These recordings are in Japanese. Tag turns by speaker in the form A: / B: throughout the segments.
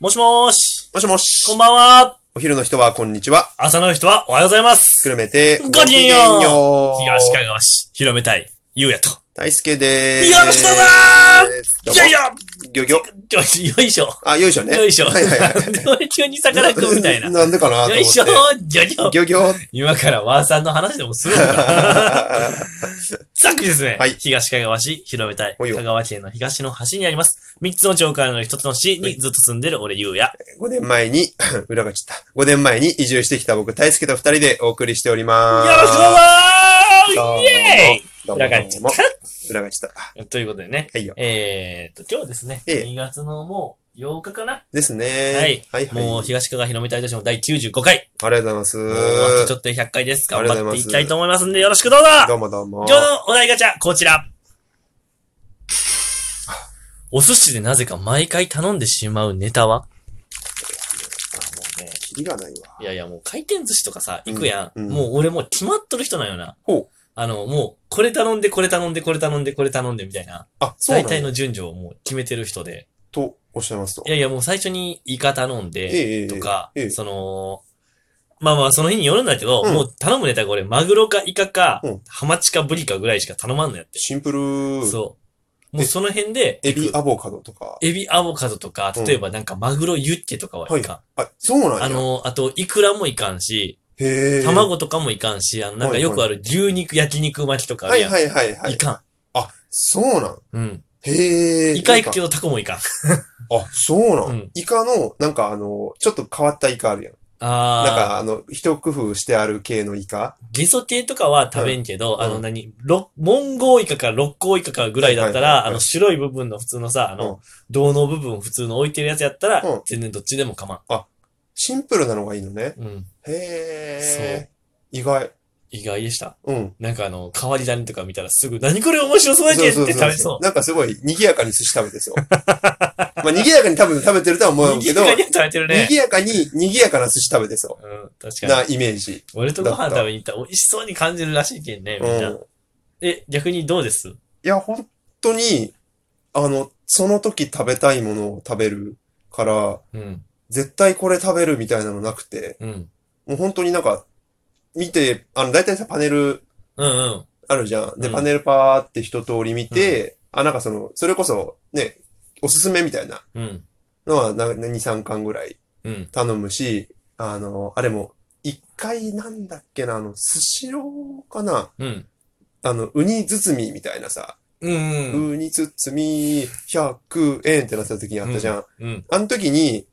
A: もしもーし。
B: もしもし。
A: こんばんは。
B: お昼の人は、こんにちは。
A: 朝の人はおはようございます。
B: くるめて、
A: ごきげんよう
B: ごきげんよう
A: 東かがわ市、広めたい、ゆうやと。
B: 大輔でーす。
A: よろしくどうぞ
B: どう
A: よいし
B: も。ぎょぎょ。
A: ょちょよいしょ。
B: あ、よいしょね。
A: よいしょ。
B: はいはいはい。
A: 急にさかなクンみたいな。よ
B: んでかなと思って。
A: いしょ。よいしょ。
B: ぎょぎょ。
A: 今からワーさんの話でもするの か。さっきですね、
B: はい
A: 東かがわ市、広めたい、
B: おいよ
A: 香川県の東の端にあります。三つの町からの一つの市にずっと住んでる俺ゆうや。
B: 5年前に、 裏がちった。5年前に移住してきた僕、大輔と2人でお送りしておりま
A: よ
B: ー
A: ろしく
B: す。
A: どうぞーイエーイ
B: どうも
A: 裏返っ
B: ど
A: ち
B: う
A: ゃ
B: も
A: っ
B: 裏返した。は
A: た。ということでね、
B: いよ。
A: えーと、今日ですね、
B: ええ
A: 2月のもう8日かな。
B: ですね
A: はい。
B: はいはい。
A: もう、東川広めたいとしても第95回。
B: ありがとうございます。
A: もうあとちょっとで100回です。頑
B: ありがとう
A: 張っ
B: ござ
A: てい
B: います
A: きたいと思いますんで、よろしくどうぞ
B: どうもどうも。
A: 今日のお題ガチャ、こちら。お寿司でなぜか毎回頼んでしまうネタは
B: キリがないわ。
A: いやいや、もう回転寿司とかさ、行くやん。
B: うんうん
A: もう俺もう決まっとる人なんよな。
B: ほう
A: あの、もう、これ頼んで、これ頼んで、これ頼んで、これ頼んで、みたいな。
B: あ、そうな
A: 大
B: ん
A: 体
B: だ
A: の順序をもう決めてる人で。
B: と、おっしゃいますと
A: い。やいや、もう最初にイカ頼んで、
B: ええ
A: とか、
B: ええ
A: その、まあまあ、その日によるんだけど、
B: うん
A: もう頼むネタが俺、マグロかイカか、
B: うん
A: ハマチかブリかぐらいしか頼まんのやって。
B: シンプル。
A: そう。もうその辺で、
B: エビアボカドとか。
A: エビアボカドとか
B: う、ん
A: 例えばなんかマグロユッケとかはいかん。
B: あ、そうなんや。
A: あの、あと、イクラもいかんし、
B: へー
A: 卵とかもいかんし、あの、なんかよくある牛肉、焼肉巻きとかあるやん。
B: はいはいはいはい。
A: いか
B: あ、そうなん。
A: ん。うん。
B: へえ。
A: イカ行くけどタコもいかん。
B: あ、そうなん。
A: うん
B: イカの、なんかあの、ちょっと変わったイカあるやん。なん
A: ああ、
B: かあの、一工夫してある系のイカ。
A: ゲソ系とかは食べんけど、
B: ん
A: あの何、ろモンゴウイカか六甲イカかぐらいだった
B: はいはい
A: ら、
B: はい
A: あの白い部分の普通のさ、あ
B: うん
A: の、銅の部分普通の置いてるやつやったら
B: うん、
A: 全然どっちでも構
B: シンプルなのがいいのね。
A: わん。うん。
B: へえ。意外。
A: 意外でした。
B: うん。
A: なんかあの、変わり種とか見たらすぐ、何これ面白そうやけんって食べそう。
B: なんかすごい、賑やかに寿司食べてそう。 まあ、賑やかに多分食べてるとは思うけ
A: 賑
B: ど、
A: やかには食べてるね
B: 賑。やかに、賑やかな寿司食べてそ
A: うん、確
B: う。
A: か
B: な
A: に。
B: イメージ。
A: 俺とご飯食べに行ったら美味しそうに感じるらしいけんね、み
B: うんん
A: な。。え、逆にどうです
B: いや、本当に、あの、その時食べたいものを食べるから、
A: うん、
B: 絶対これ食べるみたいなのなくて、
A: うん。
B: もう本当になんか、見て、あの、大体さ、パネル
A: うん、うん。
B: あるじゃん。で、
A: うん
B: パネルパーって一通り見て、あ、なんかその、それこそ、ね、おすすめみたいな
A: うん、
B: のは、な、2、3巻ぐらい
A: うん。
B: 頼むし、あの、あれも、一回なんだっけな、あの、スシローかな
A: うん。
B: あの、ウニ包みみたいなさ、
A: うん、うん。
B: ウニ包み100円ってなった時にあったじゃん。
A: うん。
B: あの時に、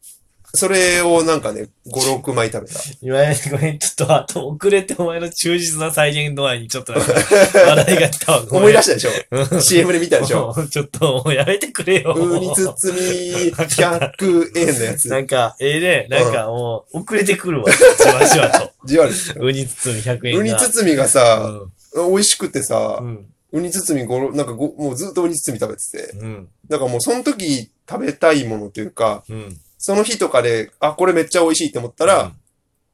B: それをなんかね、5、6枚食べた。
A: いわゆる、ごめん、ちょっと、あと、遅れてお前の忠実な再現度合いにちょっとなんか、 笑いが来たわ。
B: 思い出
A: し
B: したでしょ
A: た
B: ?CM で見たで しょ
A: ちょっと、もうやめてくれよ。
B: ウニ包 み100円のやつ
A: な。んか、ええね、なんかもう、遅れてくるわ。じわじわと。
B: じわる。
A: ウニ包み100円が。
B: ウニ包みがさ、美味しくてさ
A: う、ん。
B: ウニ包みご、なんかご、もうずっとウニ包み食べてて。
A: うん。
B: だからもうその時食べたいものというか、
A: うん。
B: その日とかで、あ、これめっちゃ美味しいって思った
A: た
B: ら、、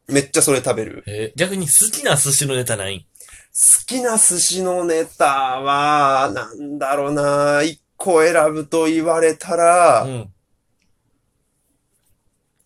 B: めっちゃそれ食べる。
A: えー逆に好きな寿司のネタない
B: 好きな寿司のネタは、なんだろうな、一個選ぶと言われたら、
A: ん。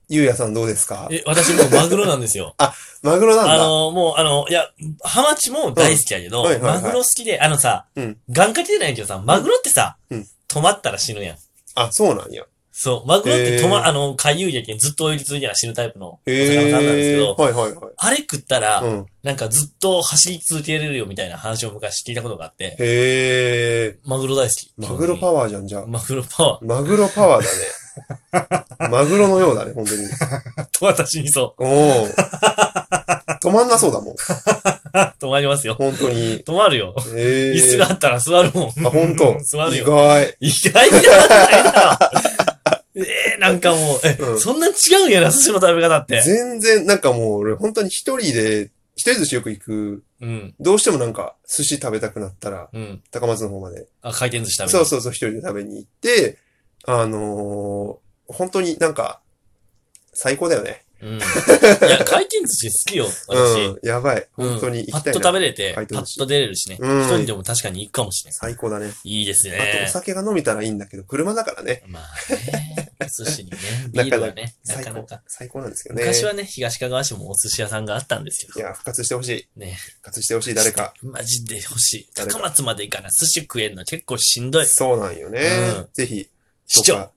B: ゆうやさんどうですか
A: え、私もうマグロなんですよ。
B: マグ ロなん
A: あ
B: だ。
A: のー、もう、あの、いや、ハマチも大好きやけど、
B: うんはいはいはい
A: マグロ好きで、あのさ、
B: うん
A: 願掛けじゃないけどさ、マグロってさ、
B: うん
A: 止まったら死ぬやん。
B: あ、そうなんや。
A: そう、マグロって止ま、
B: へー
A: あの、海遊劇にずっと泳ぎ続けたら死ぬタイプのお魚
B: へ
A: さんなんですけ
B: え。
A: ど、
B: はいはいはい。
A: あれ食ったら、
B: うん。
A: なんかずっと走り続けれるよみたいな話を昔聞いたことがあって、
B: へえ。
A: マグロ大好き。
B: マグロパワーじゃん、じゃあ。
A: マグロパ ワ
B: マグロパワーだ ね。マグロのようだね、本当に。
A: ーと私にそ
B: おお。止まんなそうだもん。
A: う。止まりますよ。
B: 本当に。
A: 止まるよ。
B: ええ。
A: 椅子があったら座るもん。
B: あ、本当
A: 座る
B: 意
A: よ。
B: 外。
A: 意外じゃないな。 ええなんかもう、え、
B: うん
A: そんな違うんやな、寿司の食べ方って。
B: 全然、なんかもう、俺、本当に一人で、一人寿司よく行く。
A: うん。
B: どうしてもなんか、寿司食べたくなったら、
A: うん。
B: 高松の方まで。
A: あ、回転寿司食べ
B: そう
A: そ
B: そうそう、一人で食べに行って、あのー、本当になんか、最高だよね。
A: う。うん。いや、回転寿司好きよ、私。
B: うん、やばい。
A: うん
B: 本当に行
A: パ
B: きた
A: ッ
B: い
A: と
B: な。
A: 食べれて、パ
B: 回転寿
A: ッ
B: 司
A: と出れるしね。
B: うん
A: 一人でも確かに行くかもしれない。
B: 最高だね。
A: いいです
B: あとお
A: ね。
B: 酒が飲めたらいいんだけど、車だからね。
A: まあね。 寿司にね、ビ
B: な
A: ー
B: かなか
A: ルはね、な
B: 最
A: かな
B: 高
A: か。、
B: 最高なんですけどね。
A: 昔はね、東かがわ市もお寿司屋さんがあったんですけ
B: い
A: ど。
B: や、復活してほしい。
A: ね。
B: 復活してほしい、誰か。。
A: マジで欲しい。
B: 誰か
A: 高松まで行かない。寿司食えんの結構しんどい。
B: そうなんよね。
A: うん
B: ぜひ、
A: 市
B: どう
A: 長
B: か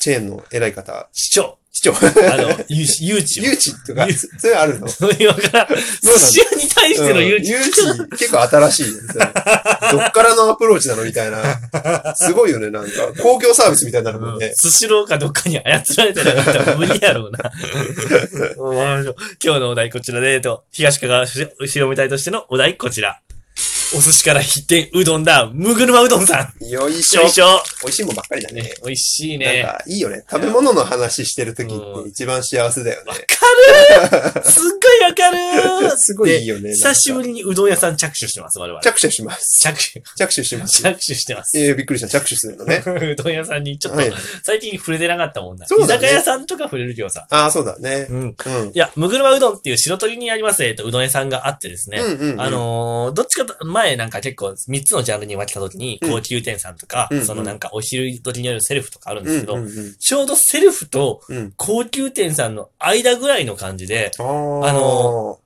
B: チェーンの偉い方、
A: 市長
B: 市長、
A: あの、誘致誘致
B: 誘
A: を。
B: 致とか
A: 誘、
B: それあるの
A: そういうわからん。寿司屋に対しての誘
B: うん
A: 致。
B: 誘致結構新しいよね。それどっからのアプローチなのみた いな。すごいよね、なんか。公共サービスみたいになるもんね。
A: スシローかどっかに操られてなかったら無理やろうな。うん今日のお題こちらで、えっと、東かがわし後ろみたいとしてのお題こちら。お寿司から必点うどんだ、むぐるまうどんさん。
B: よいしょ
A: よ。いしょ。
B: 美味しいもんばっかりだ
A: ね
B: ね。、
A: 美味しい
B: なん
A: ね。わ
B: か、いいよね。食べ物の話してる時って一番幸せだよね。
A: かるすっごいわかる
B: すごいいいよね。
A: で久しぶ
B: り。
A: りにうどん屋さん着手してます、我々。着
B: 着手します。
A: 手、
B: 着手します。
A: 着手してます。
B: えー、びっくりした。着手するのね。
A: うどん屋さんにちょっと
B: はい、
A: 最近触れてなかったもんな。
B: そう
A: 居
B: だね
A: 酒屋さんとか触れるけどさ。
B: ああ、そうだね。
A: うん。
B: うん。
A: いや、むぐるまうどんっていう白鳥にあります、えっと、うどん屋さんがあってですね。
B: うんうんうん
A: あのーどっちかと、前なんか結構3つのジャンルに分けた時に、
B: うん
A: 高級店さんとか、
B: うんうん
A: そのなんかお昼時にあるセルフとかあるんですけど、
B: うんうん
A: ちょうどセルフと
B: うん。うん。
A: 高級店さんの間ぐらいの感じで、
B: あ
A: あ
B: あ
A: の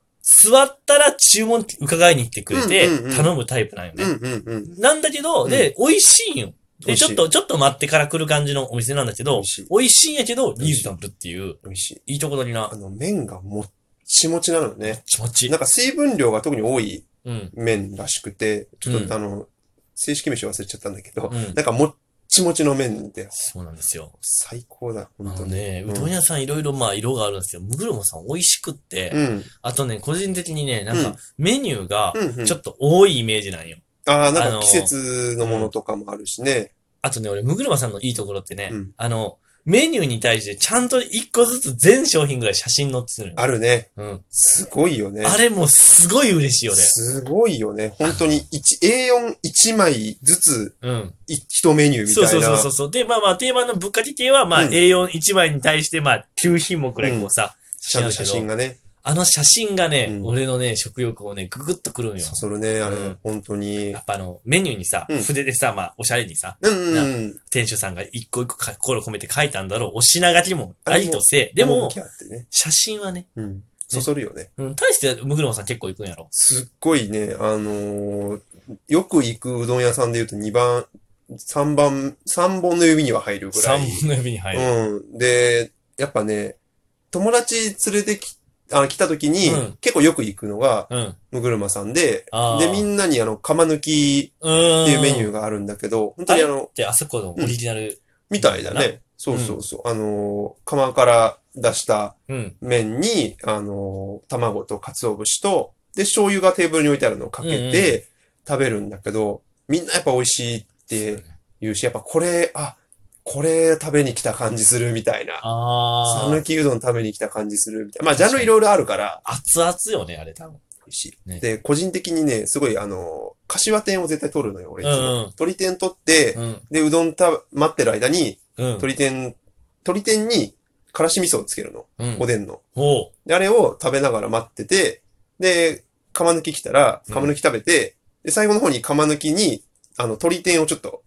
A: 座ったら注文伺いに来てくれて
B: うんうんうん、
A: 頼むタイプなんよね。
B: うんうんうん。
A: なんだけど、で、美味しいんよ。
B: 美
A: で、
B: 味しい
A: ちょっと、ちょっと待ってから来る感じのお店なんだけ
B: 美
A: ど
B: 味しい、
A: 美味しいんやけど、リーズナブルっていう、
B: 美味しい。
A: いいとこ取りな
B: あ、の、麺がもっちもちなのね。
A: 気持ちいい
B: な。んか水分量が特に多い
A: うん。
B: 麺らしくて、ちょっ
A: うん
B: とあの、正式名称忘れちゃったんだけど
A: う、 ん。
B: なんかもっちもちの麺で、
A: そうなんですよ。
B: 最高だ、
A: あ
B: 本当
A: の
B: に。
A: ね、
B: う
A: う
B: ん
A: どん屋さんいろいろまあ色があるんですけど、むぐるまさん美味しくって、
B: うん。
A: あとね、個人的にね、なん
B: うん
A: かメニューが
B: うんうん
A: ちょっと多いイメージなんよ。
B: ああ、な
A: あ
B: んか
A: の
B: 季節のものとかもあるしね。
A: あとね、俺、むぐるまさんのいいところってね、
B: うん
A: あの、メニューに対してちゃんと一個ずつ全商品ぐらい写真載ってるのよ。
B: あるね。
A: うん。
B: すごいよね。
A: あれもうすごい嬉しいよね。
B: すごいよね。本当に一 A41 枚ずつ
A: うん。
B: 一メニューみたい
A: そう
B: な。
A: そうそうそうそう。で、まあまあ、定番のぶっかけ系は、まあ、
B: うん
A: A41 枚に対して、まあ、9品目くらいこうさ、
B: ちゃんと写真がね、
A: あの写真がね、
B: うん
A: 俺のね、食欲をね、ぐぐっとくるんよ。
B: そそるね、あれ、
A: うん
B: 本当に
A: や。っぱあの、メニューにさ、
B: うん
A: 筆でさ、まあ、おしゃれにさ、
B: うんうん。
A: 店主さんが一個一個心を込めて書いたんだろう。お品書きも、ありとせ、で
B: 趣
A: も、
B: あってね。
A: 写真はね、
B: うん。そそるよね。
A: うん、大して、むぐるまさん結構行くんやろ。
B: すっごいね、あのーよく行くうどん屋さんで言うと2番、3番、3本の指には入るぐら
A: 三
B: い。
A: 本の指に入る。
B: うん。で、やっぱね、友達連れてき、あ、来た時に、
A: うん
B: 結構よく行くのが、
A: うん。うん。
B: むぐるまさんで、
A: あー
B: で、みんなにあの、釜抜きっていうメニュ
A: ー。
B: ーがあるんだけど、本当にあの、
A: で、あそこのオリジナル。
B: みたいだね。そうそうそう。あのー、釜から出した
A: うん。
B: 麺に、あのー、卵と鰹節と、で、醤油がテーブルに置いてあるのをか
A: うんう
B: け
A: ん
B: て食べるんだけど、みんなやっぱ美味しいって言うし、やっぱこれ、あ、これ食べに来た感じするみたいな。
A: あ
B: 讃
A: ー。
B: 岐うどん食べに来た感じするみたいな。まあ、ジャンルいろいろあるから、
A: 熱々よね、あれ多分。
B: 美味しい
A: ね
B: で、個人的にね、すごい、あの、柏天を絶対取るのよ、俺いつ
A: うん
B: も
A: うん。
B: 鳥天取って
A: う、ん。
B: で、うどんた待ってる間に、
A: うん。
B: 鳥天、鳥天に、からし味噌をつけるの。
A: うん
B: お。でんの。
A: おう。
B: で、あれを食べながら待ってて、で、釜抜き来たら、
A: うん
B: 釜抜き食べて、で、最後の方に釜抜きに、あの、鳥天をちょっと、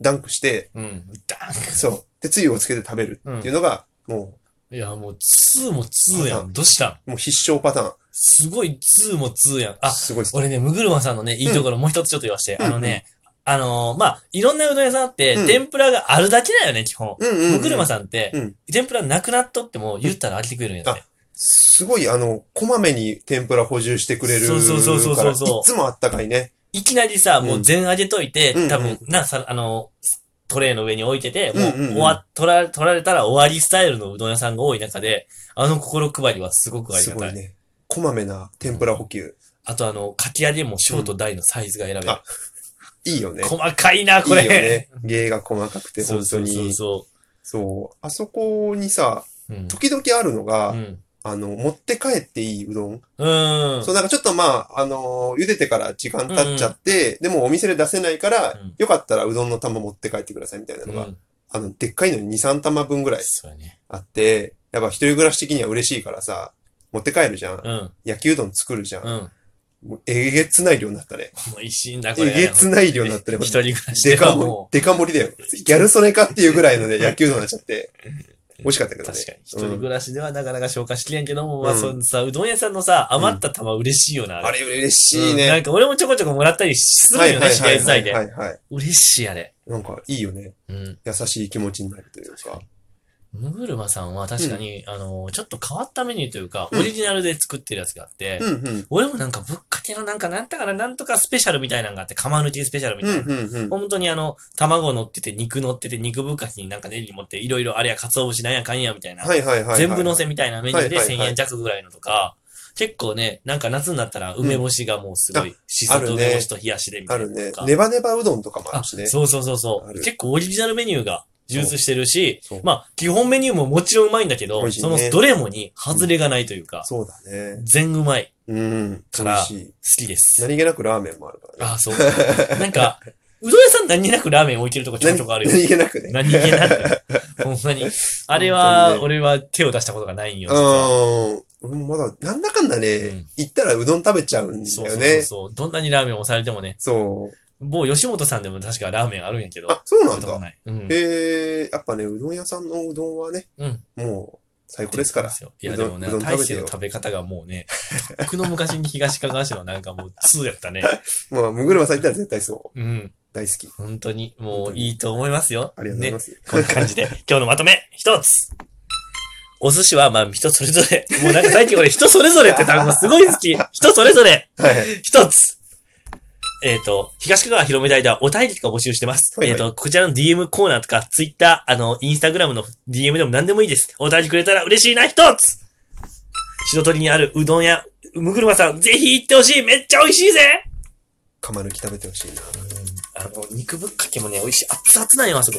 B: ダンクして、
A: うん。ダ
B: そう。で、つゆをつけて食べるっていうのが、も
A: ン。いや、もう、2も2やん。どうしたん
B: う、もう必勝パターン。
A: すごい、2も2やん。あ、
B: すごいです。
A: 俺ね、むぐるまさんのね、いいところもう一つちょっと言わして、
B: うん
A: あのね、あのーまあ、いろんなうどん屋さんあって、
B: うん
A: 天ぷらがあるだけだよね、基本。
B: うんうんうん
A: むぐるまさんって、
B: うん
A: 天ぷらなくなっとっても、言ったら飽きてくれるんやって。
B: すごい、あの、こまめに天ぷら補充してくれるか
A: そ
B: ら。
A: うそうそうそうそうそう
B: いつもあったかいね。
A: いきなりさ、もう全揚げといて、
B: うん
A: 多分、な、さ、あのートレイの上に置いてて、
B: うんうんうん
A: もう、終わ、取ら、取られたら終わりスタイルのうどん屋さんが多い中で、あの心配りはすごくあり
B: す
A: が
B: ご
A: たい。
B: いね。こまめな天ぷら補給。
A: あとあの、かき揚げも小と大のサイズが選べる。
B: あいいよね。
A: 細かいな、これ。
B: いいよね。芸が細かくて、
A: そう
B: 本
A: そ
B: 当
A: うそう
B: に。
A: そ
B: そう。あそこにさ、
A: う。うん。
B: 時々あるのが、
A: うん。
B: あの、持って帰っていいうど
A: う
B: ん。
A: ん。
B: そう、なんかちょっとまあ、あのー茹でてから時間経っちゃって、でもお店で出せないから、
A: うん
B: よかったらうどんの玉持って帰ってくださいみたいなのが、
A: うん
B: あの、でっかいのに2、3玉分ぐらい
A: そうやね。
B: あって、やっぱ一人暮らし的には嬉しいからさ、持って帰るじゃん。
A: うん。
B: 焼きうどん作るじゃん。
A: うん。
B: もうえげつない量になったね。
A: もう一心だ、これ。
B: えげつない量になったね。
A: 一人暮らし
B: デ
A: で
B: カ
A: は
B: 盛
A: も
B: り、デカ盛りだよ。ギャル曽根かっていうぐらいのね、野球のになっちゃって。美味しかったけ
A: う、
B: どね
A: 確。かに。一
B: うん
A: 人暮らしではなかなか消化しきれんけども、まあ、
B: うん
A: そのさ、うどん屋さんのさ、余った玉嬉しいよな、
B: あ
A: れ。
B: れ嬉しい
A: うんな
B: ね。
A: んか俺もちょこちょこもらったりする
B: は
A: よ
B: い
A: ね、
B: はい
A: 試合
B: はいは
A: 伝い
B: いは
A: で。
B: いはい。
A: 嬉しい、あれ。
B: なんかいいよね。
A: うん。
B: 優しい気持ちになるというか。
A: ムグルマさんは確かに、あの、ちょっと変わったメニューというか、
B: うん
A: オリジナルで作ってるやつがあって、
B: うんうん。
A: 俺もなんかぶっかけのなんかなんだかな、なんとかスペシャルみたいなのがあって、釜抜きスペシャルみ
B: う
A: たい
B: ん
A: な。
B: うんうん。
A: 本当にあの、卵乗ってて、肉乗ってて、肉ぶっかけになんかネギ持って、いろいろあれや、鰹節なんやかんやみたいな。
B: はいはいはいはい。
A: 全部乗せみたいなメニューで
B: はいはいは
A: 1000
B: い
A: 円弱ぐらいのとか、結構ね、なんか夏になったら梅干しがもうすごい、し
B: あ
A: そ
B: る
A: と
B: ね
A: 梅干しと冷やしでみた
B: あ
A: いな
B: る
A: の
B: ね
A: と。か。
B: ネバネバうどんとかもあ
A: あ
B: るしね。
A: そうそうそうそ
B: あ
A: う。
B: る
A: 結構オリジナルメニューが充実してるし
B: そう、
A: まあ、基本メニューももちろんうまいんだけ
B: 美
A: ど、
B: 味しい
A: その
B: ね
A: どれもに外れがないというか、
B: そうだね。
A: 全うまい、
B: うん。
A: か
B: 美
A: ら
B: 味しい。
A: 好きです。
B: 何気なくラーメンもあるからね。
A: あ、そう。なんか、うどん屋さん何気なくラーメン置いてるとこちょこちょこあるよ。
B: 何気なくね。
A: 何気なく。ほんまに。 あれ
B: 本当
A: は
B: に、ね
A: 俺は手を出したことがないんよ。実は
B: うん。俺もまだ、なんだかんだ
A: う
B: ね
A: ん、
B: 行ったらうどん食べちゃうん
A: そ
B: だ
A: うそ
B: よ
A: うそう
B: ね。
A: そう。どんなにラーメンを押されてもね、
B: そう。
A: 某吉本さんでも確かラーメンあるんやけど。
B: あ、そうなん
A: 食べたこと
B: だ。
A: ない。うん。
B: ええ、やっぱね、うどん屋さんのうどんはね、
A: うん。
B: もう最高ですから。
A: いや、でもね
B: うどん、うどん
A: 大
B: 食べて
A: 勢
B: よ
A: の食べ方がもうね、 僕の昔に東かがわ市のなんかもう通やったね。
B: まあ、むぐるまさん行ったら絶対そ
A: う
B: う。
A: ん。
B: 大好き。
A: 本当に、もういいと思いますよ。
B: ありがとうございます。
A: ね。こんな感じで、今日のまとめ、一つお寿司は、まあ、人それぞれ。もうなんか最近俺、人それぞれって単語すごい好き。人それぞれ。
B: はい。
A: 一つ。えっ、と、東区川広め大ではお便りとか募集してます。
B: はい
A: え
B: は
A: っ、
B: い
A: と、こちらの DM コーナーとか、Twitter、あの、Instagram の DM でも何でもいいです。お便りくれたら嬉しいな、一つ白鳥にあるうどん屋、むぐるまさん、ぜひ行ってほしいめっちゃ美味しいぜ
B: 釜抜き食べてほしいな。
A: あの、肉ぶっかけもね、美味しい。熱々なんよ、あそこ。